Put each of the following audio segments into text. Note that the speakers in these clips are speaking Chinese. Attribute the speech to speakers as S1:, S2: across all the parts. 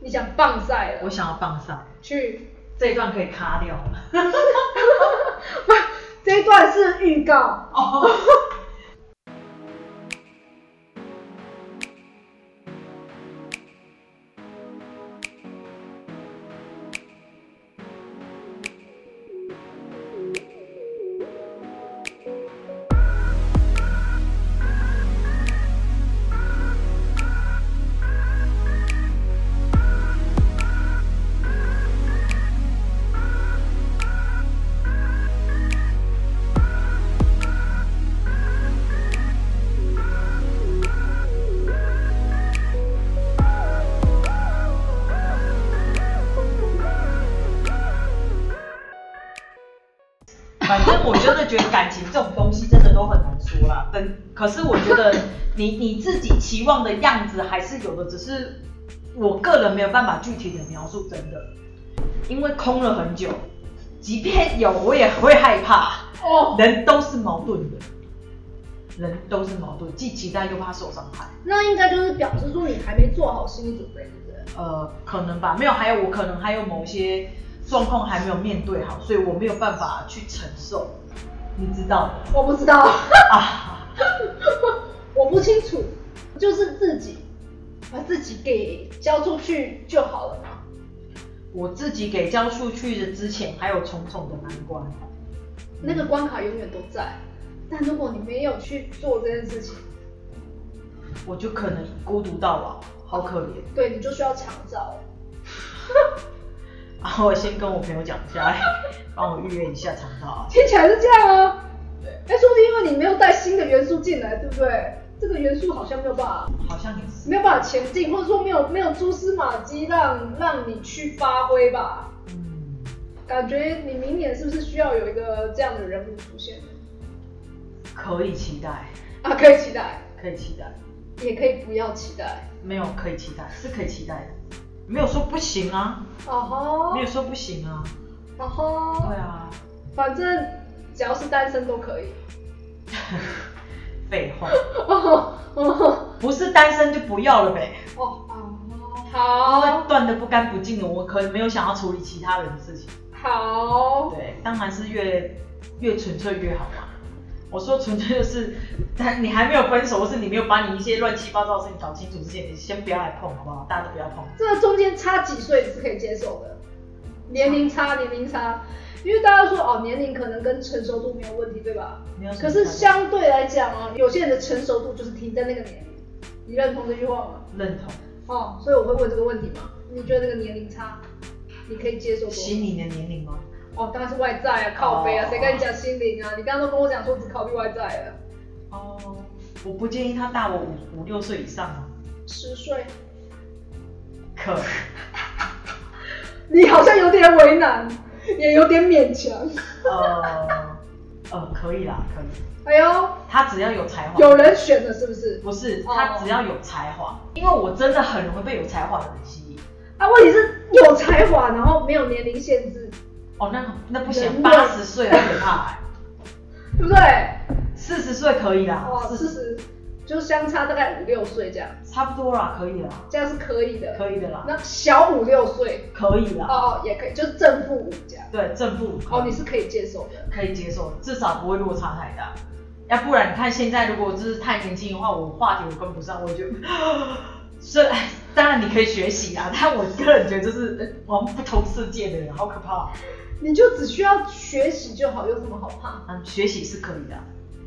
S1: 你想棒赛了，
S2: 我想要棒上，
S1: 去，
S2: 这一段可以卡掉。
S1: 这一段是预告，
S2: 哦， 反正我真的觉得感情这种东西真的都很难说啦。等，可是我觉得你你自己期望的样子还是有的，只是我个人没有办法具体的描述，真的，因为空了很久。即便有，我也会害怕。
S1: 哦，
S2: 人都是矛盾的，人都是矛盾，既期待又怕受伤害。
S1: 那应该就是表示说你还没做好心理准备，对不对？
S2: 呃，可能吧，没有，还有我可能还有某些状况还没有面对好，所以我没有办法去承受，你知道的
S1: 我不知道，
S2: 啊，
S1: 我不清楚，就是自己把自己给交出去就好了嘛。
S2: 我自己给交出去的之前还有重重的难关，
S1: 那个关卡永远都在，但如果你没有去做这件事情，
S2: 我就可能孤独到老，好可怜。
S1: 对你就需要强照。
S2: 然后我先跟我朋友讲一下，帮我预约一下肠道啊。
S1: 听起来是这样啊。
S2: 对
S1: 哎，说不定因为你没有带新的元素进来，对不对？这个元素好像没有办法，
S2: 好像也是，
S1: 没有办法前进，或者说没有没有蛛丝马迹让让你去发挥吧。
S2: 嗯，
S1: 感觉你明年是不是需要有一个这样的人物出现
S2: 可以期待，
S1: 啊？可以期待，
S2: 可以期待，
S1: 也可以不要期待。
S2: 没有可以期待是可以期待的，没有说不行啊，
S1: 哦吼
S2: 没，有说不行啊，
S1: 哦吼，
S2: 对啊。
S1: 反正只要是单身都可以。
S2: 废话，
S1: 哦吼哦吼
S2: 不是单身就不要了呗。
S1: 哦哦，
S2: 因为
S1: 好
S2: 断的不干不净的，我可能没有想要处理其他人的事情。
S1: 好。
S2: 对，当然是越越纯粹越好嘛。我说纯粹就是，但你还没有分手，或是你没有把你一些乱七八糟的事情搞清楚之前，你先不要来碰，好不好？大家都不要碰。
S1: 这中间差几岁是可以接受的，年龄差，年龄差，因为大家说哦，年龄可能跟成熟度没有问题，对吧？
S2: 没有什么
S1: 可是相对来讲啊，有些人的成熟度就是停在那个年龄，你认同这句话吗？
S2: 认同，
S1: 哦，所以我会问这个问题嘛？你觉得那个年龄差，你可以接受多
S2: 洗
S1: 少？
S2: 你的年龄吗？
S1: 哦，当然是外在啊，靠背啊，
S2: 哦
S1: 谁跟你讲心灵啊？你刚刚都跟我讲说只考虑外在啊了，
S2: 哦，我不建议他大我五五六岁以上啊。
S1: 十岁，
S2: 可，
S1: 你好像有点为难，也有点勉强。
S2: 呃，呃，可以啦，可以。
S1: 哎呦，
S2: 他只要有才华，
S1: 有人选的是不是？
S2: 不是，
S1: 哦
S2: 他只要有才华，因为我真的很容易被有才华的人吸引。
S1: 啊，问题是有才华，然后没有年龄限制，
S2: 哦，那那不
S1: 人
S2: 行，
S1: 类
S2: 八十岁很可怕、 欸，
S1: 对不对？
S2: 四十岁可以啦
S1: 哦，，四
S2: 四十
S1: 十就相差大概五六岁这样，
S2: 差不多啦，可以啦，
S1: 这样是可以的。
S2: 可以的啦，
S1: 那小五六岁
S2: 可以啦，
S1: 哦，也可以，就是正负五这样。
S2: 对，正负
S1: 哦，你是可以接受的。
S2: 可以接受，至少不会落差太大。要不然你看现在如果就是太年轻的话，我话题我跟不上，我就， 虽然当然你可以学习啊，但我个人觉得就是呃我们不同世界的人，好可怕。
S1: 你就只需要学习就好，有什么好怕？
S2: 嗯，学习是可以的，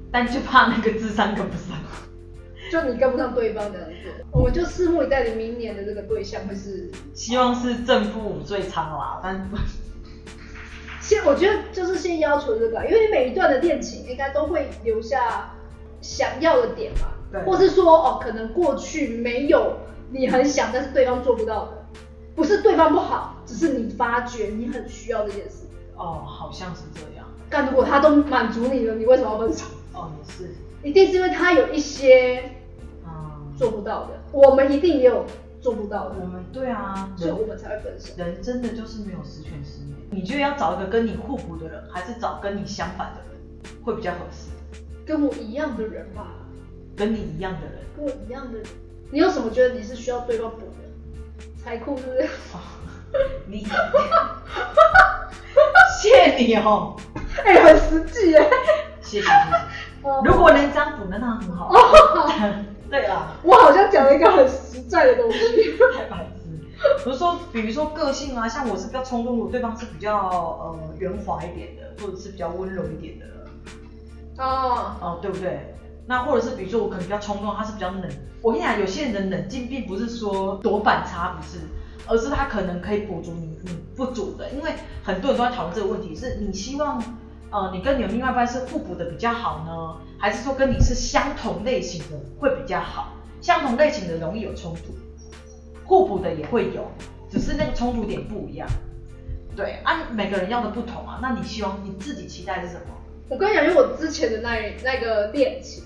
S2: 但就怕那个智商跟不上。
S1: 就你跟不上对方这样子，我们就拭目以待，你明年的这个对象会是。
S2: 希望是正负五最长啦，但
S1: 先，我觉得就是先要求这个，啊因为每一段的恋情应该都会留下想要的点嘛，
S2: 对
S1: 或是说哦，可能过去没有你很想，但是对方做不到的，不是对方不好，只是你发觉你很需要这件事。
S2: 哦，好像是这样。
S1: 但如果他都满足你了，你为什么要分手？
S2: 哦，也是，
S1: 一定是因为他有一些
S2: 嗯，
S1: 做不到的，我们一定也有做不到
S2: 我
S1: 的，
S2: 们对啊，
S1: 所以我
S2: 人
S1: 们才会分手。
S2: 人真的就是没有十全十美，你就要找一个跟你互补的人，还是找跟你相反的人，会比较合适，
S1: 跟我一样的人吧，
S2: 跟你一样的人。
S1: 跟我一样的人，你有什么觉得你是需要对方补的，才财库是不是？
S2: 你，谢谢你哦，
S1: 哎、很实际耶。
S2: 谢谢谢谢。
S1: 哦
S2: 如果能占卜，那当然很 好。对啊啦，
S1: 我好像讲了一个很实在的东西。
S2: 太 白痴。比如说，比如说个性啊，像我是比较冲动的，对方是比较呃圆滑一点的，或者是比较温柔一点的，
S1: 哦，
S2: 哦、对不对？那或者是比如说我可能比较冲动，他是比较冷。我跟你讲，有些人的冷静并不是说多反差，不是，而是他可能可以补足你你不足的，因为很多人都在讨论这个问题，是你希望呃你跟你的另外一半是互补的比较好呢，还是说跟你是相同类型的会比较好？相同类型的容易有冲突，互补的也会有，只是那个冲突点不一样。对啊，每个人要的不同啊，那你希望你自己期待是什么？
S1: 我跟你讲，因为我之前的那一那个恋情，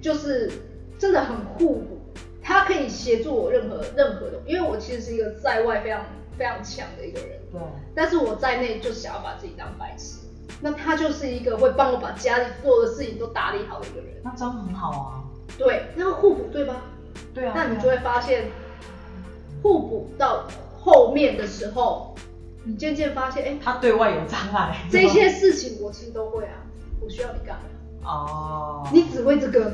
S1: 就是真的很互补，他可以协助我任何任何的，因为我其实是一个在外非常非常强的一个人，
S2: 对。
S1: 但是我在内就想要把自己当白痴。那他就是一个会帮我把家里所有的事情都打理好的一个人，
S2: 那这样很好啊。
S1: 对，那个互补对吧？
S2: 对啊。
S1: 那你就
S2: 对啊
S1: 会发现，互补到后面的时候，你渐渐发现，哎、
S2: 他对外有障碍。
S1: 这些事情我其实都会啊，我需要你干嘛？
S2: 哦。
S1: 你只会这个。
S2: 哦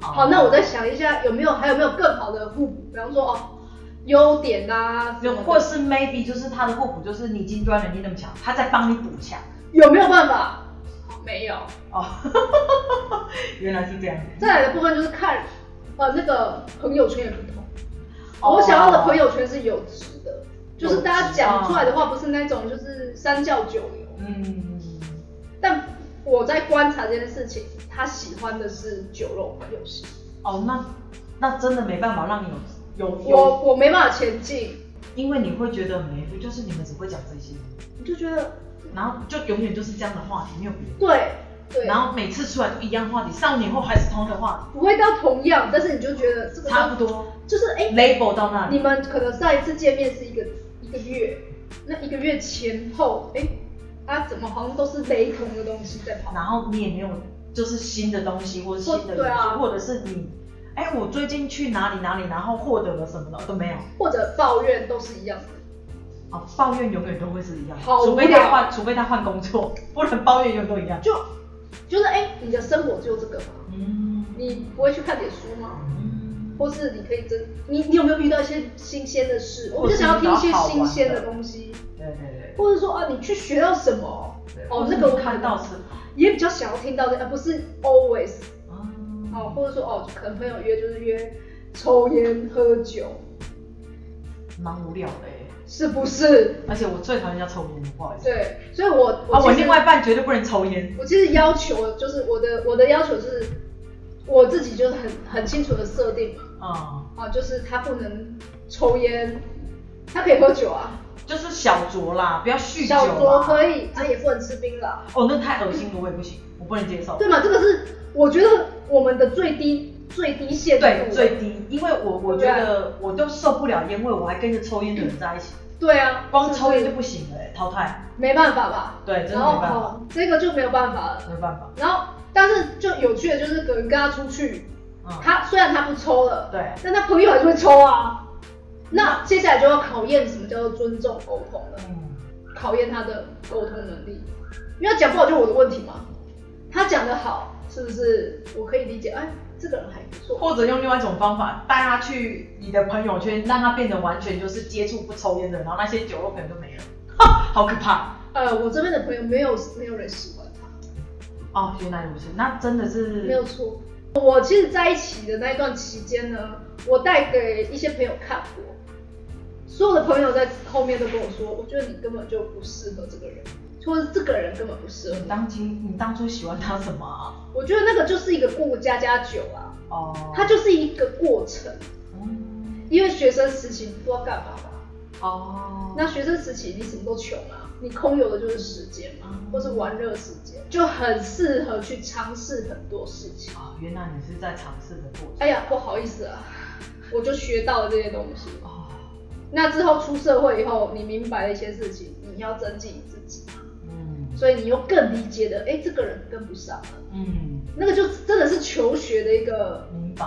S1: 好，那我再想一下有没有还有没有更好的互补，比方说哦，优点啊，什
S2: 有
S1: 么，
S2: 或
S1: 的
S2: 是 maybe 就是他的互补，就是你已经端能力那么强，他在帮你补强。
S1: 有没有办法？没有。
S2: 哦， 原来是这样。
S1: 再来的部分就是看，呃，那个朋友圈也不同。
S2: 哦
S1: 我想要的朋友圈是有质的，就是大
S2: 有
S1: 家
S2: 质
S1: 讲出来的话不是那种就是三教九流。
S2: 嗯，
S1: 但我在观察这件事情，他喜欢的是酒肉朋友型，
S2: 哦，那那真的没办法让你有有有，
S1: 我我没办法前进，
S2: 因为你会觉得没，不就是你们只会讲这些，
S1: 你就觉得
S2: 然后就永远就是这样的话题，没有别的。
S1: 对对，
S2: 然后每次出来都一样话题，上年后还是同样的话
S1: 不会到同样，但是你就觉得这
S2: 题，
S1: 个
S2: 差不
S1: 东
S2: 多
S1: 就是哎、
S2: label 到那里。
S1: 你们可能上一次见面是一个一个月，那一个月前后，哎、啊怎么好像都是雷同的东西在跑？
S2: 然后你也没有就是新的东西或者新的
S1: 对
S2: 元素，
S1: 啊
S2: 或者是你，哎，我最近去哪里哪里，然后获得了什么的都没有。
S1: 或者抱怨都是一样的，
S2: 哦，抱怨永远都会是一样，
S1: 好
S2: 除非
S1: 无聊
S2: 他换，除非他换工作，不然抱怨永远都一样。
S1: 就就是哎、你的生活只有这个吗？
S2: 嗯，
S1: 你不会去看点书吗？
S2: 嗯
S1: 或是你可以真，你你有没有遇到一些新鲜的事？我
S2: 或
S1: 们就是想要
S2: 比
S1: 听
S2: 较
S1: 一些
S2: 好玩
S1: 新
S2: 的
S1: 鲜的东西，
S2: 对对
S1: 或者说啊，你去学到什么？
S2: 对。
S1: 哦
S2: 或，是
S1: 那个我
S2: 你看到是，
S1: 也比较想要听到的，而、不是 always
S2: 嗯
S1: 哦，，或者说哦，可能朋友约就是约抽烟喝酒，
S2: 蛮无聊的耶。
S1: 是不是？
S2: 而且我最讨厌人家抽烟了，不好意思。
S1: 对，所以我我,、
S2: 啊，我另外一半绝对不能抽烟。
S1: 我其实要求就是我的我的要求是，我自己就是很很清楚的设定嘛，
S2: 嗯，
S1: 啊，就是他不能抽烟，他可以喝酒啊，
S2: 就是小酌啦，不要酗酒啊啦。
S1: 小酌可以，他也不能吃槟榔。
S2: 哦，那太恶心了，我也不行，我不能接受。
S1: 对嘛？这个是我觉得我们的最低最低限度
S2: 对，
S1: 了。
S2: 最低，因为我我觉
S1: 对啊
S2: 得我都受不了烟味，我还跟着抽烟的人在一起，
S1: 对啊，
S2: 光
S1: 是
S2: 抽烟就不行了、欸，淘汰。
S1: 没办法吧？
S2: 对，真的
S1: 然
S2: 没
S1: 后
S2: 办法，
S1: 哦，这个就没有办法了。
S2: 没办法。
S1: 然后，但是就有趣的就是，可能跟他出去，
S2: 嗯，
S1: 他虽然他不抽了，
S2: 对，
S1: 但他朋友还是会抽啊。那接下来就要考验什么叫做尊重沟通了，
S2: 嗯，
S1: 考验他的沟通能力，因为他讲不好就是我的问题嘛。他讲的好，是不是我可以理解？哎，这个人还不错。
S2: 或者用另外一种方法，带他去你的朋友圈，让他变得完全就是接触不抽烟的人，然后那些酒肉朋友就没了， 哈，好可怕。
S1: 呃，我这边的朋友没有没有人喜欢他，
S2: 哦，原来如此，那真的是
S1: 没有错。我其实在一起的那一段期间呢，我带给一些朋友看过，所有的朋友在后面都跟我说，我觉得你根本就不适合这个人，或者这个人根本不适合
S2: 你
S1: 你。
S2: 当今你当初喜欢他什么啊？
S1: 我觉得那个就是一个过家家酒啊，
S2: 哦，
S1: 它就是一个过程，
S2: 嗯
S1: 因为学生时期你不知道干嘛嘛。
S2: 哦，
S1: 那学生时期你什么都穷啊，你空有的就是时间
S2: 啊
S1: 嘛，或是玩乐时间，就很适合去尝试很多事情。
S2: 啊，原来你是在尝试的过程。
S1: 哎呀，不好意思啊，我就学到了这些东西。
S2: 哦，
S1: 那之后出社会以后，你明白了一些事情，你要增进你自己，
S2: 嗯
S1: 所以你又更理解的，哎、这个人跟不上了，
S2: 嗯，
S1: 那个就真的是求学的一个
S2: 明白。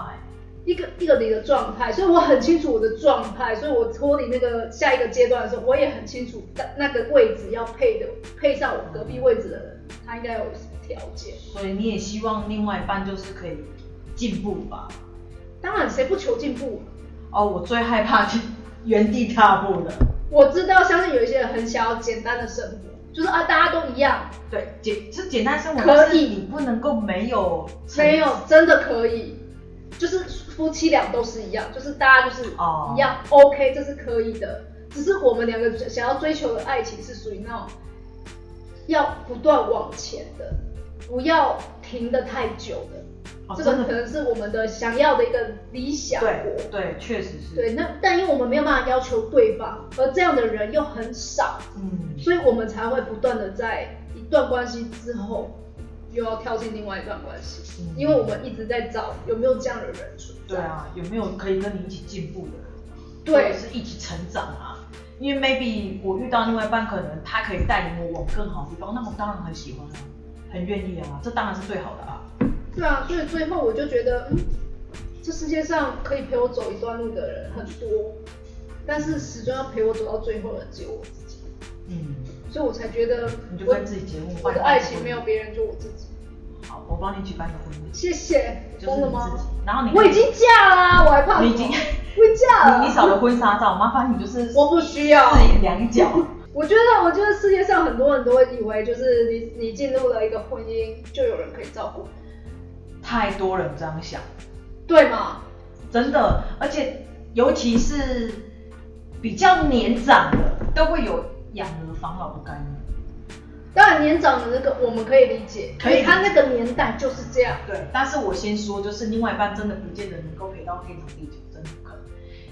S1: 一个一个你的状态，所以我很清楚我的状态，所以我脱离那个下一个阶段的时候，我也很清楚那那个位置要配的配上我隔壁位置的人，他应该有什么条件。
S2: 所以你也希望另外一半就是可以进步吧？
S1: 当然，谁不求进步？
S2: 哦，我最害怕去原地踏步了。
S1: 我知道，相信有一些人很想要简单的生活，就是啊，大家都一样，
S2: 对，简是简单生活，
S1: 可以
S2: 但是你不能够没有成
S1: 没有真的可以，就是夫妻俩都是一样，就是大家就是
S2: 哦
S1: 一样、o k 这是可以的。只是我们两个想要追求的爱情是属于那种要不断往前的，不要停的太久的。
S2: 哦，
S1: 这
S2: 真
S1: 个可
S2: 的
S1: 能是我们的想要的一个理想国。
S2: 对对，确实是。
S1: 对，那但因为我们没有办法要求对方，而这样的人又很少，
S2: 嗯，
S1: 所以我们才会不断的在一段关系之后，又要跳进另外一段关系，
S2: 嗯
S1: 因为我们一直在找有没有这样的人存在。
S2: 对啊，有没有可以跟你一起进步的人？
S1: 对
S2: 或者是一起成长啊。因为 maybe 我遇到另外一半，可能他可以带领我往更好的地方，那我当然很喜欢啊，很愿意啊，这当然是最好的啊。
S1: 对啊，所以最后我就觉得，嗯，这世界上可以陪我走一段路的人很多，但是始终要陪我走到最后的只有我自己，
S2: 嗯，
S1: 所以我才觉得
S2: 你就
S1: 我
S2: 跟自己结婚吧
S1: 我的爱情没有别人，就我自己。
S2: 好，我帮你举办个婚礼，
S1: 谢谢，
S2: 就是
S1: 真
S2: 你
S1: 的吗
S2: 自？己。然后你
S1: 我已经嫁啦，我还怕什么？
S2: 你已经
S1: 我已经嫁了。
S2: 你你少了婚纱照，麻烦你就是
S1: 我不需要
S2: 自己量脚。
S1: 我觉得，我觉得世界上很多人都会以为，就是你你进入了一个婚姻，就有人可以照顾你，
S2: 太多人这样想，
S1: 对吗？
S2: 真的，而且尤其是比较年长的，都会有养儿防老不干预。
S1: 当然，年长的那个我们可以理解，
S2: 可
S1: 因
S2: 以
S1: 为他那个年代就是这样。
S2: 对，但是我先说，就是另外一半真的不见得能够陪到天长地久，真的不可能，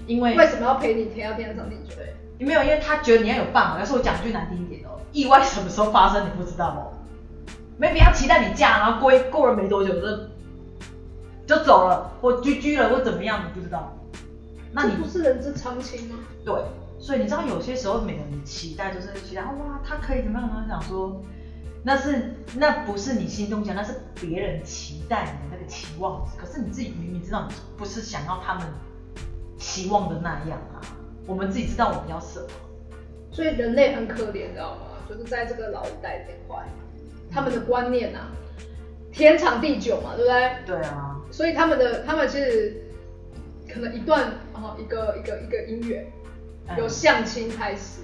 S2: 因为
S1: 为什么要陪你天到天长地久？
S2: 没有，因为他觉得你要有伴嘛。要是我讲句难听一点哦，意外什么时候发生你不知道哦，maybe 要期待你嫁，然后过一过了没多久就就走了，或居居了，或怎么样，你不知道。那你
S1: 这不是人之常情吗？
S2: 对，所以你知道有些时候每个人的期待就是期待哇，他可以怎么样？怎么样？想说，那是那不是你心中想，那是别人期待你的那个期望值。可是你自己明明知道你不是想要他们期望的那样啊，我们自己知道我们要什么。
S1: 所以人类很可怜，知道吗？就是在这个老一代这一块，他们的观念啊，天长地久嘛，对不对？
S2: 对啊，
S1: 所以他们的他们其实可能一段哦一个一个一个姻缘，
S2: 嗯
S1: 由相亲开始，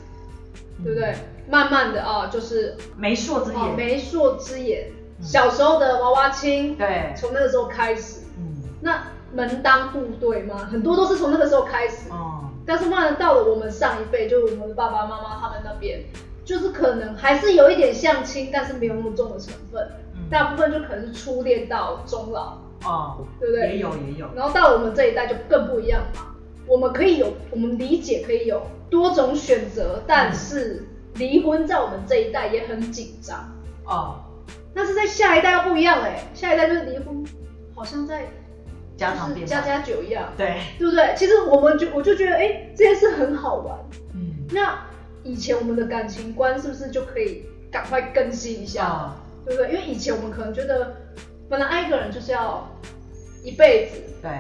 S2: 嗯
S1: 对不对？慢慢的啊，就是
S2: 媒妁之
S1: 哦
S2: 言，
S1: 媒妁之言，
S2: 嗯
S1: 小时候的娃娃亲，
S2: 对，
S1: 从那个时候开始，
S2: 嗯，
S1: 那门当户对吗？很多都是从那个时候开始，
S2: 哦，
S1: 但是慢慢到了我们上一辈，就是我们的爸爸妈妈他们那边，就是可能还是有一点相亲，但是没有那么重的成分，
S2: 嗯
S1: 大部分就可能是初恋到终老，
S2: 哦，
S1: 对不对
S2: 也有也有，
S1: 然后到我们这一代就更不一样嘛。我们可以有，我们理解可以有多种选择，但是离婚在我们这一代也很紧张。
S2: 哦，
S1: 但是在下一代又不一样哎、下一代就是离婚，好像在
S2: 家常
S1: 就是
S2: 便
S1: 家
S2: 饭，
S1: 家酒一样，
S2: 对，
S1: 对不对？其实我们就我就觉得，哎、这件事很好玩。
S2: 嗯，
S1: 那以前我们的感情观是不是就可以赶快更新一下，
S2: 哦，
S1: 对不对？因为以前我们可能觉得，本来爱一个人就是要一辈子
S2: 对，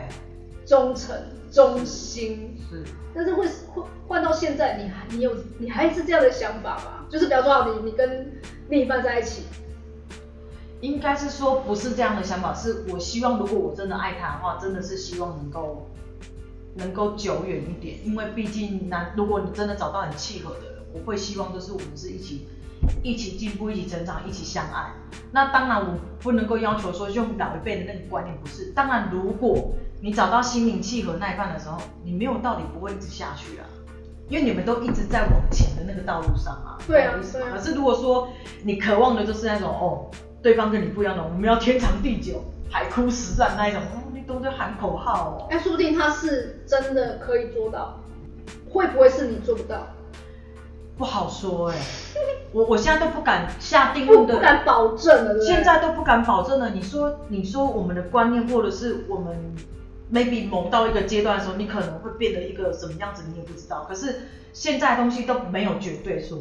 S1: 忠诚、忠心，
S2: 是，
S1: 但是会会换到现在，你还你有你还是这样的想法吗？就是比方说啊，你你跟另一半在一起，
S2: 应该是说不是这样的想法，是我希望如果我真的爱他的话，真的是希望能够能够久远一点，因为毕竟男，如果你真的找到很契合的人，我会希望就是我们是一起一起进步、一起成长、一起相爱。那当然我不能够要求说用老一辈的那个观念，不是。当然，如果你找到心灵契合那一半的时候，你没有道理不会一直下去啊。因为你们都一直在往前的那个道路上啊，
S1: 对啊
S2: 懂我意思吗
S1: 对啊
S2: 可是如果说你渴望的就是那种哦，对方跟你不一样的，我们要天长地久、海枯石烂那一种，哦、你都在喊口号哦。
S1: 哎，说不定他是真的可以做到，会不会是你做不到？
S2: 不好说哎、我我现在都不敢下定
S1: 不
S2: 论的，
S1: 不敢保证了，对不对？
S2: 现在都不敢保证了。你说你说我们的观念，或者是我们 maybe 某到一个阶段的时候，你可能会变得一个什么样子，你也不知道。可是现在的东西都没有绝对说，